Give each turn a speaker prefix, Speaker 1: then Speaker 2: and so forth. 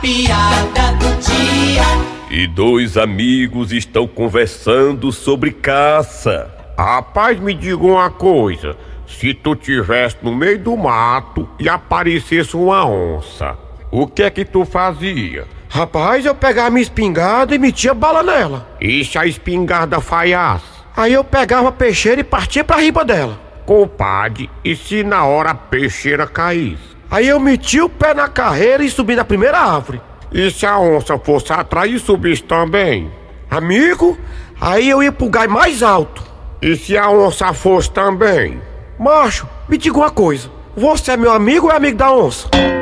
Speaker 1: piada do dia.
Speaker 2: E dois amigos estão conversando sobre caça.
Speaker 3: Rapaz, me diga uma coisa. Se tu tivesse no meio do mato e aparecesse uma onça, o que é que tu fazia?
Speaker 4: Rapaz, eu pegava minha espingarda e metia bala nela.
Speaker 3: Ixi, a espingarda falhasse.
Speaker 4: Aí eu pegava a peixeira e partia pra riba dela.
Speaker 3: Compadre, e se na hora a peixeira caísse?
Speaker 4: Aí eu metia o pé na carreira e subi na primeira árvore.
Speaker 3: E se a onça fosse atrás e subisse também?
Speaker 4: Amigo, aí eu ia pro gai mais alto.
Speaker 3: E se a onça fosse também?
Speaker 4: Macho, me diga uma coisa. Você é meu amigo ou é amigo da onça?